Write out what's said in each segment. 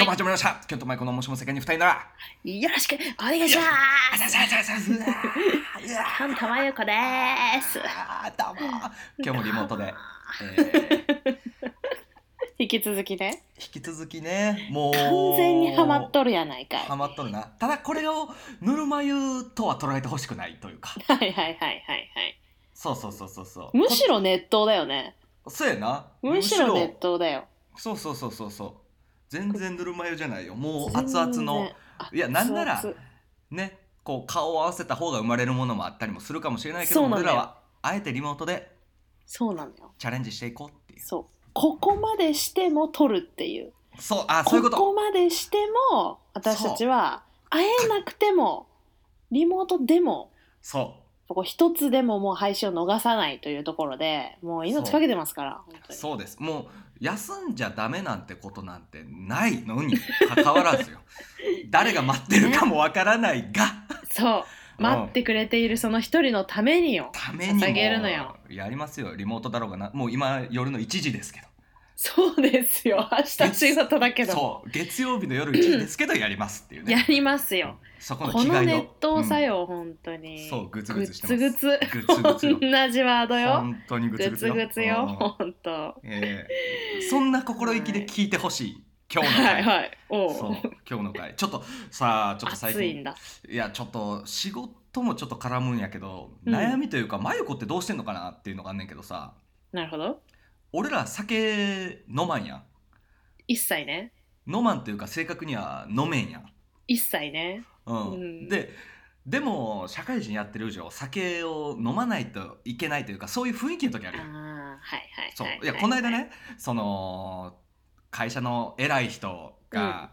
も始まりました。ケントマイコのもしも世界に二人なら。よろしくお願いしまあすざざざざざうわーうわカンタマヨコでーすあーどうも今日もリモートで、えー引き続きね引き続きね、もう。完全にハマっとるやないかいハマっとるな。ただこれをぬるま湯とは捉えてほしくないというか。はいはいはいはいはいそうそうそうそうそう。むしろ熱湯だよねこ。そうやな。むしろ熱湯だよそうそうそうそうそう。全然ぬるま湯じゃないよ。もう熱々の。いやなんなら熱々ね、こう顔を合わせた方が生まれるものもあったりもするかもしれないけそど、うなん俺だよらはあえてリモートでそうなのよチャレンジしていこうっていう。そうここまでしても取るっていうそう、あ、そういうこと。ここまでしても私たちは会えなくてもリモートでもそここ一つでももう配信を逃さないというところでもう命かけてますから本う、当にそうです。もう休んじゃダメなんてことなんてないのに関わらずよ。 誰が待ってるかもわからないが、そう待ってくれているその一人のためによためにも捧げるのよやりますよ。リモートだろうがな、もう今夜の1時ですけど。そうですよ明日仕事だけどそう、月曜日の夜1時ですけどやりますっていうやね。りますよそこのこ気の概熱を。湯作うん用、本当にそうグツググツしてますツグツグツグツよ同じワードよ本当にグツググツツよグツうよん本当ええそんな心意気で聞いてほしい、今日のは回、いはいおうそう今日の回ちょっとさあちょっと最熱いん近だいやちょっと仕事もちょっと絡むんやけど、うん悩みというか真由子ってどうしてんのかなっていうのがあんねんけどさなるほど俺ら酒飲まんやん一切ね飲まんというか正確には飲めんやん、一切ねうんうんででも社会人やってる以上酒を飲まないといけないというかそういう雰囲気の時ああるやんあはいはいそうはいいやこの間ねその会社の偉い人が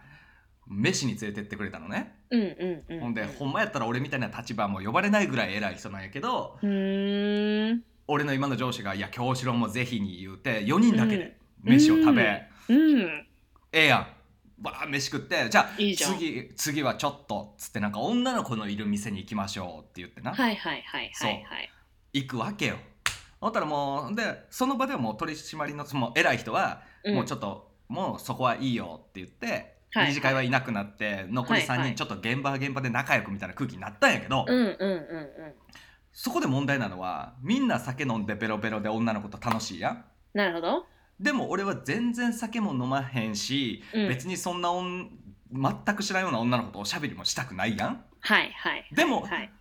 飯に連れてってくれたのね、うんうんうんほんでほんまやったら俺みたいな立場も呼ばれないぐらい偉い人なんやけどうーん俺の今の上司が「いや京志郎もぜひ」に言うて4人だけで飯を食べ、うんえうんえやんわあ飯食ってじゃあいいじゃん次次はちょっとっつってなんか女の子のいる店に行きましょうって言ってな、はいはいはいそはういはい行くわけよ。ほんだらもうでその場ではもう取締りのその偉い人はもうちょっと、もうそこはいいよって言って、はいはい二次会はいなくなって残りは3いは人いちょっと現場は現場で仲良くみたいな空気になったんやけど、うんうんうんうんそこで問題なのはみんな酒飲んでベロベロで女の子と楽しいやんなるほど、でも俺は全然酒も飲まへんし、うん、別にそんなおん全く知らんような女の子とおしゃべりもしたくないやんはいはいでもはい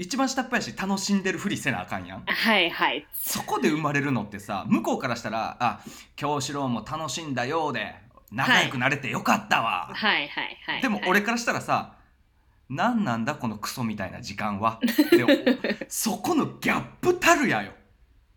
一番下っ端やし楽しんでるふりせなあかんやんはいはいそこで生まれるのってさ向こうからしたら「あ京志郎も楽しんだようで仲良くなれてよかったわ」はいはいはいでも俺からしたらさ「何なんだこのクソみたいな時間は」 でそこのギャップたるやよ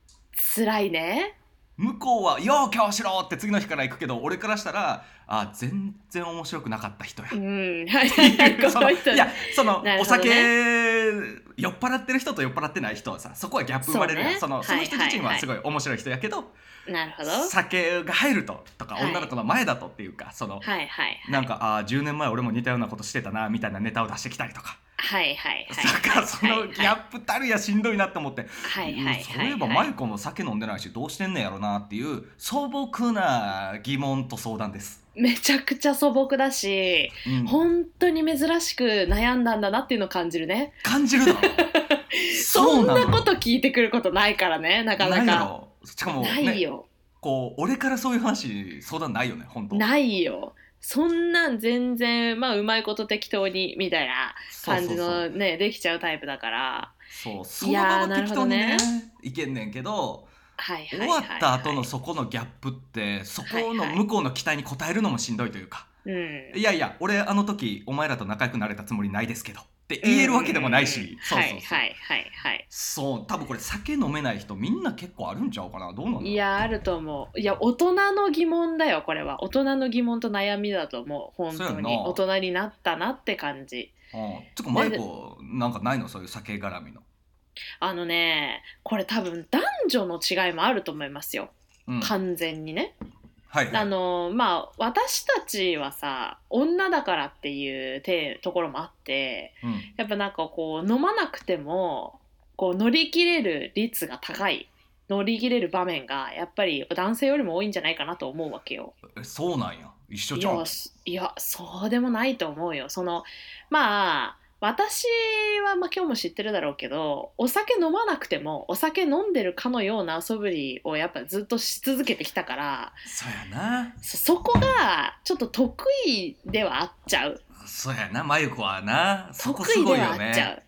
辛いね向こうは「よう今日しろ!」って次の日から行くけど俺からしたら「あ全然面白くなかった人や」 うっんはいてはいはいい こうそののい人やその、なるおほどね酒酔っ払ってる人と酔っ払ってない人はさそこはギャップ生まれるやんそ,、そうのねその人自身はいはいははいすごい面白い人やけど、なるほどは酒が入るととかはい女の子の前だとっていうかその、いはいなんかあー10年前俺も似たようなことしてたなみたいなネタを出してきたりとか。はいはいはいだからそのギャップたるやしんどいなって思って、はいはいはいはいそういえばマユコも酒飲んでないしどうしてんねやろなっていう素朴な疑問と相談です。めちゃくちゃ素朴だしうん本当に珍しく悩んだんだなっていうのを感じるね感じるだろ そんのなこと聞いてくることないからねなかなないやかろしかも、なね、いよこう俺からそういう話相談ないよね本当ないよそんなん全然まあうまいこと適当にみたいなそう感そうじそうのねできちゃうタイプだからそうそいのやーまま適当になねるいけんねんけどはいはい終はいわはいった後のそこのギャップってそこのはいはい向こうの期待に応えるのもしんどいというか。うんいやいや俺あの時お前らと仲良くなれたつもりないですけどって言えるわけでもないうんうんうしんそうはそういそうはいはいはいそう多分これ酒飲めない人みんな結構あるんちゃうかなどうなのいやあると思ういや大人の疑問だよこれは大人の疑問と悩みだと思う本そう当やんにな大人になったなって感じうんつうかマイコなんかないのそういう酒絡みの、あのねこれ多分男女の違いもあると思いますようん、はい完全にねはいあのまあ私たちはさ女だからっていうてところもあってうんやっぱなんかこう飲まなくてもこう乗り切れる率が高い乗り切れる場面がやっぱり男性よりも多いんじゃないかなと思うわけよ。えそうなんや一緒いじゃんやすいやそうでもないと思うよそのまあ私は、まあ、今日も知ってるだろうけどお酒飲まなくてもお酒飲んでるかのような遊ぶりをやっぱずっとし続けてきたからそうやなそそこがちょっと得意ではあっちゃうそうやなマユコはなそこ得す意でごいはよあっちゃう、ね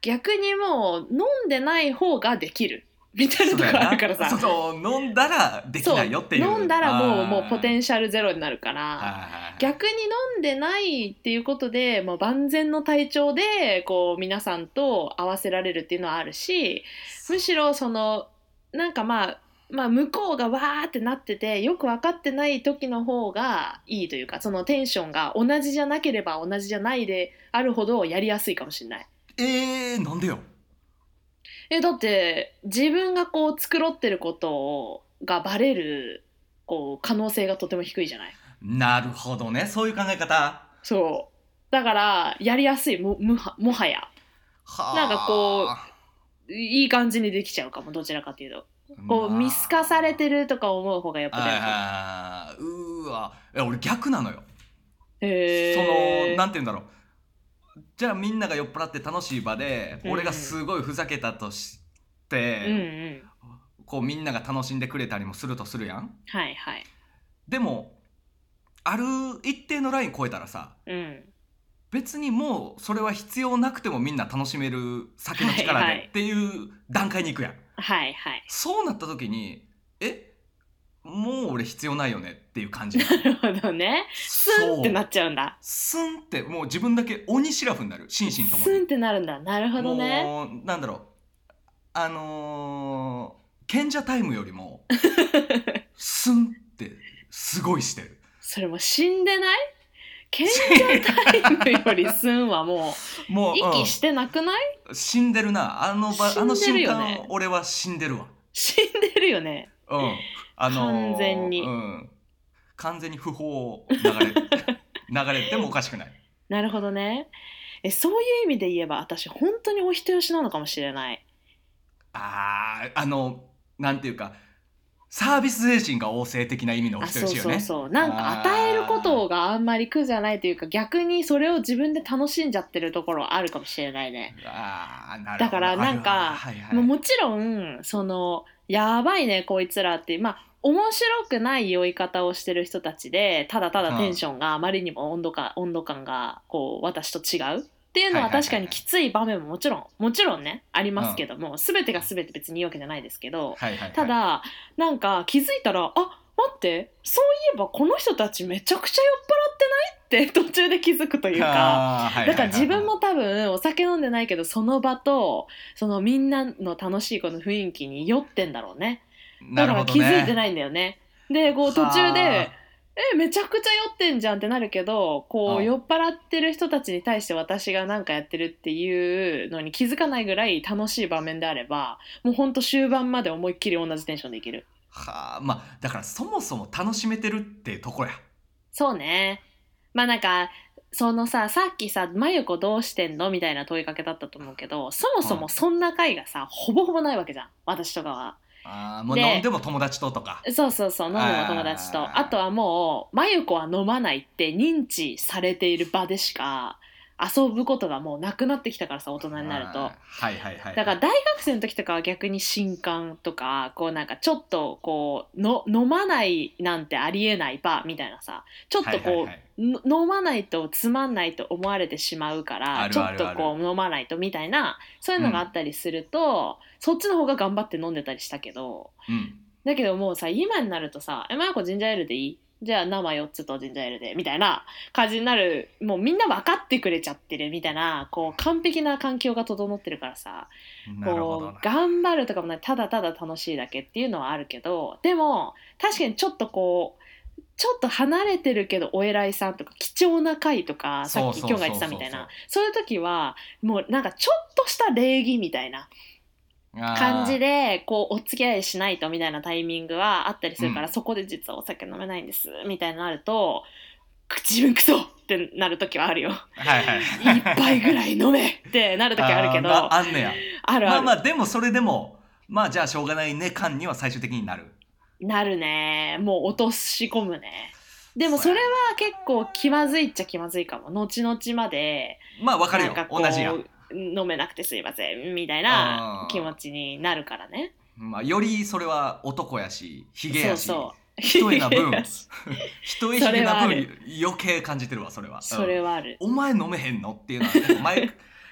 逆にもう飲んでない方ができるみたいなそうとこやろあるからなさそうそう飲んだらできないよっていう飲んだらもあうーもうポテンシャルゼロになるから。はいはいはい逆に飲んでないっていうことでもう万全の体調でこう皆さんと合わせられるっていうのはあるしむしろそのなんかまあまあ向こうがわーってなっててよく分かってない時の方がいいというかそのテンションが同じじゃなければ同じじゃないであるほどやりやすいかもしれない。えー、なんでよえだって自分がこう繕ってることをがバレるこう可能性がとても低いじゃないなるほどねそういう考え方そうだからやりやすいももはもはやはあなんかこいい感じにできちゃうかもどちらかというとこうまあ見透かされてるとか思う方がやっぱはいはい出はいうーわいや俺逆なのよるそへのーなんて言うんだろうじゃあみんなが酔っ払って楽しい場で、うん俺がすごいふざけたとしうんうて、んこうみんなが楽しんでくれたりもするとするやんはいはいでもある一定のライン超えたらさうん別にもうそれは必要なくてもみんな楽しめる酒の力はいはいでっていう段階に行くやん、はいはいそうなった時にえもう俺必要ないよねっていう感じなるほどねスンってなっちゃうんだスンってもう自分だけ鬼シラフになる心身ともにスンってなるんだなるほどねもうなんだろうあのー賢者タイムより もスンってすごいしてるそれもう死ん でない賢者タイムよりスンはももうう、息してなくないうん死んでるなあの場、あの死んでる瞬よ間、ね俺は死んでるわ死んでるよねうんあのー完全にうん、完全に不法流れ流れてもおかしくないなるほどねえそういう意味で言えば私本当にお人よしなのかもしれないあーあのなんていうかサービス精神が旺盛的な意味のおあ人よそうしよそうねそうなんか与えることがあんまり苦じゃないというか逆にそれを自分で楽しんじゃってるところはあるかもしれないね、あーなるほどだからなんかあるわはいはいもうもちろんそのやばいねこいつらってまあ面白くない酔い方をしてる人たちでただただテンションがあまりにも温度か温度感がこう私と違うっていうのははいはいはいはい確かにきつい場面ももちろんもちろんねありますけども、全てが全て別にいいわけじゃないですけど、はいはいはいただなんか気づいたら「あ待ってそういえばこの人たちめちゃくちゃ酔っ払ってない?」って途中で気づくというか。あーはいはいはいだから自分も多分お酒飲んでないけどその場とそのみんなの楽しいこの雰囲気に酔ってんだろうねだから気づいていないんだよね。でこう途中でえめちゃくちゃ酔ってんじゃんってなるけどこううん酔っ払ってる人たちに対して私が何かやってるっていうのに気づかないぐらい楽しい場面であればもうほんと終盤まで思いっきり同じテンションでいけるはあまあだからそもそも楽しめてるってとこやそうねまあなんかそのささっきさ「まゆこどうしてんの?」みたいな問いかけだったと思うけどそもそうもんそんな回がさほぼほぼないわけじゃん私とかは。あーもうで飲んでも友達ととかそうそうそう飲むの友達とああーとはもうまゆこは飲まないって認知されている場でしか遊ぶことがもうなくなってきたからさ大人になるとあーはいはいはいだから大学生の時とかは逆に新刊とかこうなんかちょっとこうの飲まないなんてありえない場みたいなさちょっとはこう、いはいはいの飲まないとつまんないと思われてしまうからあるあるちょっとこう飲まないとみたいなそういうのがあったりすると、そっちの方が頑張って飲んでたりしたけどうんだけどもうさ今になるとさ「えまやこジンジャーエールでいい?」じゃあ生4つとジンジャーエールでみたいな感じになるもうみんな分かってくれちゃってるみたいなこう完璧な環境が整ってるからさなるほどこなう頑張るとかもないただただ楽しいだけっていうのはあるけどでも確かにちょっとこうちょっと離れてるけどお偉いさんとか貴重な会とかさっきそうそうそうそ今日うが言ってたみたいなそういう時はもうなんかちょっとした礼儀みたいな感じででこうお付き合いしないとみたいなタイミングはあったりするから、うんそこで実はお酒飲めないんですみたいになるとく自分くそってなる時は あるよ。はいはい 一杯ぐらい飲めってなる時はあるけどーなああんねやるある。まあまあでもそれでもまあじゃあしょうがないね感には最終的になるなるねもう落とし込むねでもそそうれやは結構気まずいっちゃ気まずいかも後々までまあわかるよなんこう同じや飲めなくてすいませんみたいなうん気持ちになるからねまあ、よりそれは男やしひげやしそうひそうどいな分人ひげなそれはあ分る余計感じてるわそれはそれはある、うんお前飲めへんのっていうのは結構 前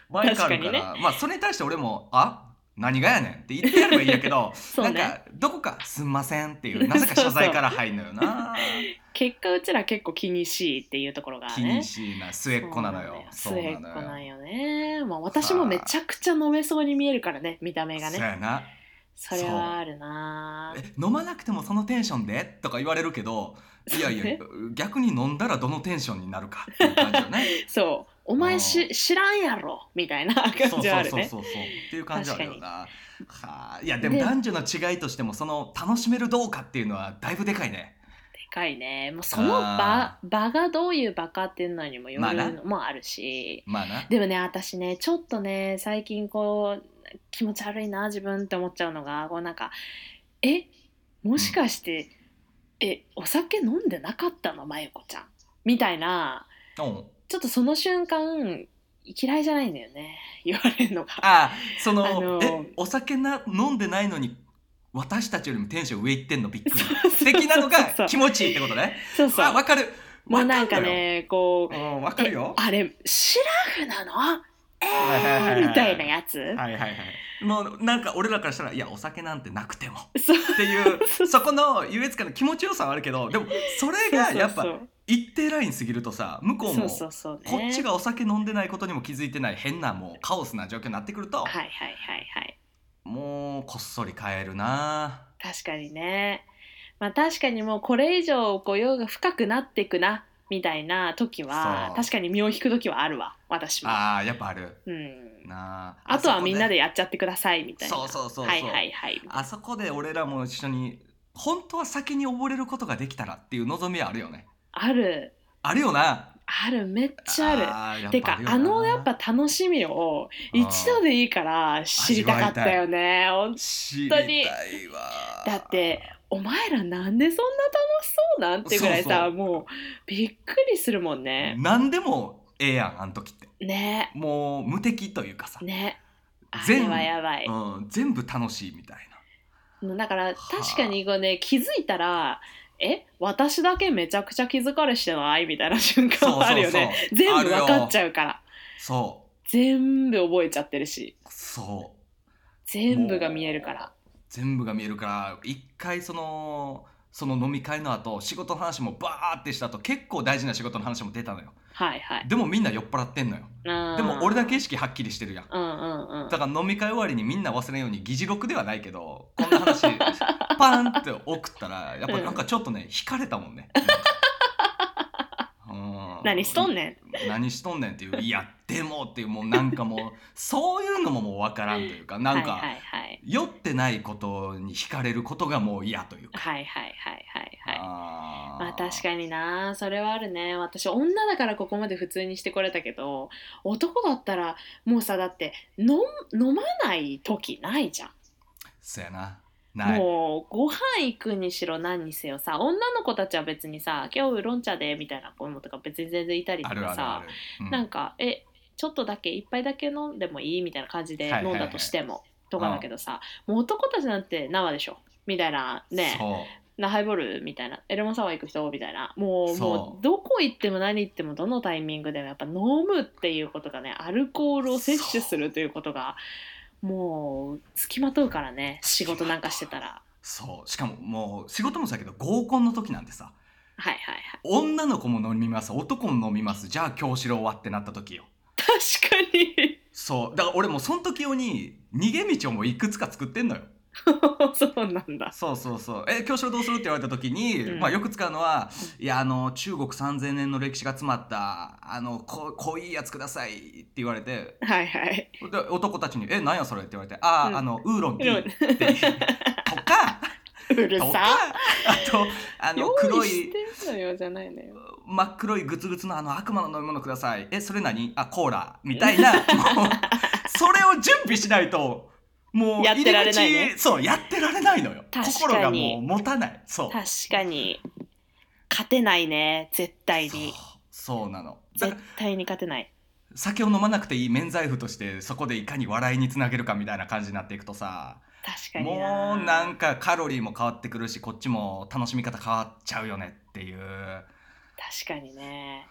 前からあるから確かまあそれに対して俺も「あ何がやねん」って言ってやればいいんやけど、 そなうんねかどこか「すんません」っていうなぜか謝罪から入るのよな 結果うちら結構気にしいっていうところがね気にしいな末っ子なのよそうなんだよ末っそ子うななのんよよねもう私もめちゃくちゃ飲めそうに見えるからね見た目がそうねやなそれはあるなえ飲まなくてもそのテンションでとか言われるけどいやいやね逆に飲んだらどのテンションになるかっていう感じよね そうお前し知らんやろみたいなそ感うじそうはあるそうねそうそうっていう感じはあるよなはあいやでもで男女の違いとしてもその楽しめるどうかっていうのはだいぶでかいねでかいねもうその場場がどういう場かっていうのにもよまあなるのもあるし、まあなでもね私ねちょっとね最近こう気持ち悪いな自分って思っちゃうのがこうなんかえもしかして、えお酒飲んでなかったのまゆこちゃんみたいなうんちょっとその瞬間嫌いじゃないんだよね言われるのが。あその、あのーえお酒な飲んでないのに私たちよりもテンション上行ってんの びっくりそうそう的なの そがう気持ちいいってことねそうそうあわかるもうわかるのよなんかねこううんわかるよえあれシラフなのえはいはいはいはいー、みたいなやつ、はいはいはいもうなんか俺らからしたらいやお酒なんてなくてもそうっていう そこの優越感の気持ちよさはあるけどでもそれがやっぱそう一定ライン過ぎるとさ向こうそもうそうそうそうこねっちがお酒飲んでないことにも気づいてない変なもうカオスな状況になってくると、はいはいはいはいもうこっそり変えるな確かにねまあ確かにもうこれ以上こう用が深くなっていくなみたいな時はそう確かに身を引く時はあるわ私もあーやっぱあるうん、なあとはみんなでややっちゃってくださいみたいなそうそうそうそうはいはいはいあそこで俺らも一緒に本当は先に溺れることができたらっていう望みはあるよねあるあるよなあるめっちゃあるあーやっぱてかるよなあのやっぱ楽しみをうん一度でいいから知りたかったよねほん知り当たにいわだってお前らなんでそんな楽しそうなんってぐらいさそうそうもうびっくりするもんね何でもええやんあの時ってねもう無敵というかさ、ねあれ全はやばいうん、全部楽しいみたいもうだからはあ確かにこうね気づいたら「え私だけめちゃくちゃ気づかれしてない?」みたいな瞬な間はあるよね全部分かっちうゃうからそ全部覚えちゃってるしうそう全部が見えるから全部が見えるから一回そのその飲み会の後仕事の話もバーってした後結構大事な仕事の話も出たのよはいはいでもみんな酔っ払ってんのよででも俺だけ意識はっきりしてるやんうんうんうんだから飲み会終わりにみんな忘れんように議事録ではないけどこんな 話パンって送ったらやっぱなんかちょっとね惹かれたもん ねうん何しとんね何しとんねんっていう「いやでも」っていうもうなんかもうそういうのももう分からんというかんなんか、はいはいはい酔ってないことに惹かれることがもう嫌というか。はいはいはいはいはいあーまあ確かになそれはあるね私女だからここまで普通にしてこれたけど男だったらもうさだって飲飲まない時ないじゃん、そうやな。ない。もうご飯行くにしろ何にせよさ女の子たちは別にさ「今日ウーロン茶で」みたいな子もとか別に全然いたりとあかるさあるある。うんなんか「えちょっとだけ一杯だけ飲んでもいい?」みたいな感じではいはいは飲いんだとしても、とかだけどさ、もう男たちなんて生でしょみたいなねそう。なハイボールみたいなエレモンサワー行く人みたいなもうそうもうどこ行っても何行ってもどのタイミングでもやっぱ飲むっていうことがねアルコールを摂取するということがもうつきまとうからね仕事なんかしてたらそう。しかももう仕事もそうやけど合コンの時なんてさ、はいはいはい女の子も飲みます、男も飲みます、じゃあ今日しろ終わってなった時よ。確かにそう。だから俺もうその時用に逃げ道をもういくつか作ってんのよ。そうなんだそうそうそう。え、今日しろどうするって言われた時に、うんまあよく使うのは、いや、あの、中国3000年の歴史が詰まった、あの、こ濃いやつくださいって言われて、はいはいで男たちに「え何やそれ」って言われて「ああ、うんあのウーロンティうー」って とかうるとかさあとあの用黒意しいてんのよじゃないのよ真っ黒いグツグツのあの悪魔の飲み物くださ いえそれ何あコーラみたいなもうそれを準備しないともうやってられないね入り口そうやってられないのよ確かに心がもう持たないそう確かに勝てないね絶対そうにそうなのだか絶ら対に勝てない酒を飲まなくていい免罪符としてそこでいかに笑いにつなげるかみたいな感じになっていくとさ確かになもうなんかカロリーも変わってくるしこっちも楽しみ方変わっちゃうよねっていう確かにね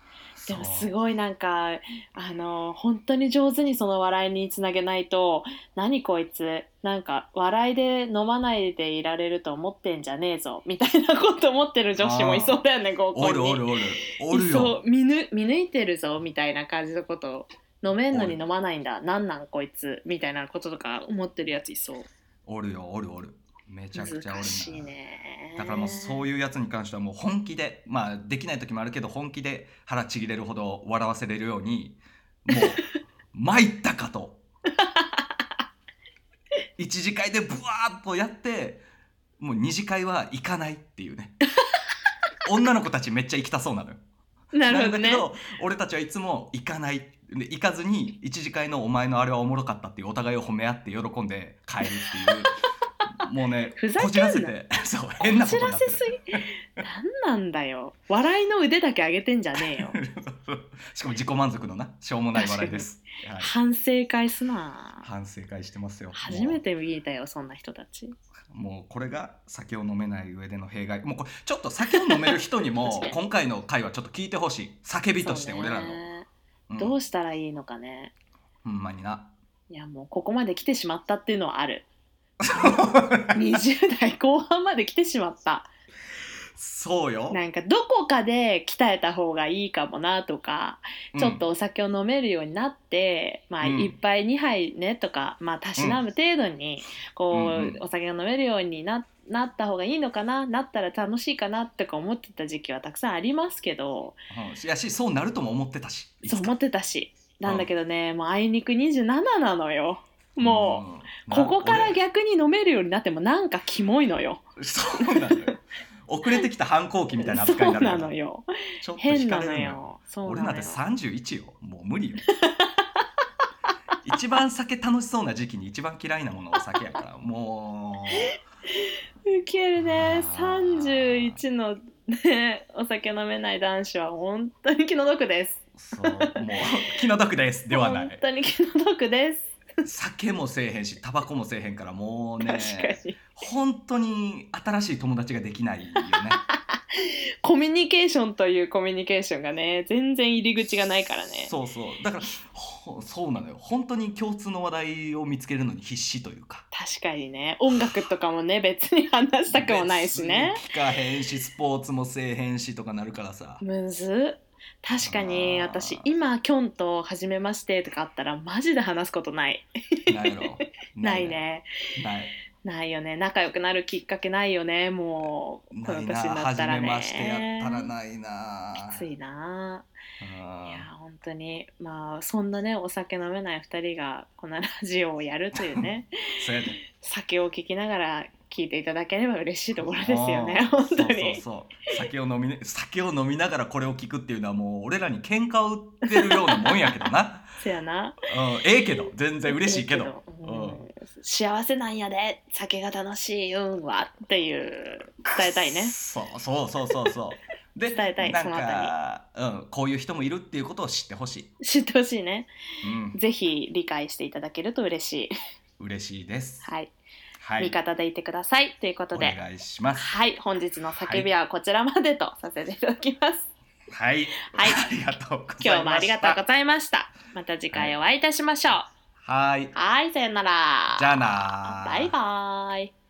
でもそうすごいなんかあの本当に上手にその笑いにつなげないと「何こいつなんか笑いで飲まないでいられると思ってんじゃねえぞ」みたいなこと思ってる女子もいそうだよね合コおンにるおるおるおるいよそう見ぬ見抜いてるぞみたいな感じのことを飲めんのに飲まないんだなんなんこいつみたいなこととか思ってるやついそうおるよおるおるめちゃくちゃおる難しいなねだからもうそういういうやつに関してはもう本気でまあできない時もあるけど本気で腹ちぎれるほど笑わせれるようにもう参ったか と一次会でブワーッとやってもう二次会は行かないっていうね女の子たちめっちゃ行きたそうなのよなるほどんだねけど俺たちはいつも行かないで行かずに一次会のお前のあれはおもろかったっていうお互いを褒め合って喜んで帰るっ ていうもうねふざけんなこじらせて そう変なこことじにらなってせるすぎなんなんだよ笑いの腕だけ上げてんじゃねえよしかも自己満足のなしょうもない笑いです、はい、反省会すな反省会してますよ初めて見たよそんな人たちもうもうこれが酒を飲めない上での弊害もうこれちょっと酒を飲める人に 確もかに今回の回はちょっと聞いてほしい叫びとして俺らの、そうねうんどうしたらいいのかねほんまにないやもうここまで来てしまったっていうのはある 20代後半まで来てしまったそうよなんかどこかで鍛えた方がいいかもなとか、うんちょっとお酒を飲めるようになって、まあうん一杯二杯ねとか、まあたしなむ程度にこう、うんうんお酒が飲めるようにななった方がいいのかな、なったら楽しいかなとか思ってた時期はたくさんありますけど、うん、やしそうなるとも思ってたしいつかそう思ってたし、なんだけどね、もうあいにく27なのよ。もう、うんここからな逆に飲めるようになってもなんかキモいのよ。俺そうなのよ遅れてきた反抗期みたいな扱いそうになるなからのよ。ちょっと変惹かなれるののよよ。そう俺ななのんよて。31よもう無理よ一番酒楽しそうな時期に一番嫌いなものはお酒やからもウケるねあー31のねお酒飲めない男子は本当に気の毒ですうそうもう気の毒ですではな本い当に気の毒です、酒もせえへんしタバコもせえへんからもうね確かに本当に新しい友達ができないよねコミュニケーションというコミュニケーションがね全然入り口がないからねそうそうだからほそうなのよ本当に共通の話題を見つけるのに必死というか確かにね音楽とかもね別に話したくもないしね別に聞かへんしスポーツもせえへんしとかなるから さむずっ確かにあー私今キョンと初めましてとかあったらマジで話すことないないやろないねないないよね仲良くなるきっかけないよねもうこなのいな年になっ初たらめねましてやったらないなきついなうんいや本当にまあそんなねお酒飲めない2人がこのラジオをやるとい うねそうやで酒を聞きながら聞いていただければ嬉しいところですよね本当そうにそうそう酒を飲みね酒を飲みながらこれを聞くっていうのはもう俺らに喧嘩を売ってるようなもんやけどな、せやなうん、ええけど全然嬉しいけどうん幸せなんやで酒が楽しいうんわっていう伝えたいねそうそうそうそうそうで伝えたいなんそのかうん、こういう人もいるっていうことを知ってほしい、知ってほしいねうん、ぜひ理解していただけると嬉しい嬉しいですはい、はい味方でいてくださいというこおとで願いします。はい本日の叫びはこちらまでとさせていただきます、はい、はい ありがとうございました。今日もありがとうございました。また次回お会いいたしましょう。はい、はい、さよなら。じゃあなー。バイバイ。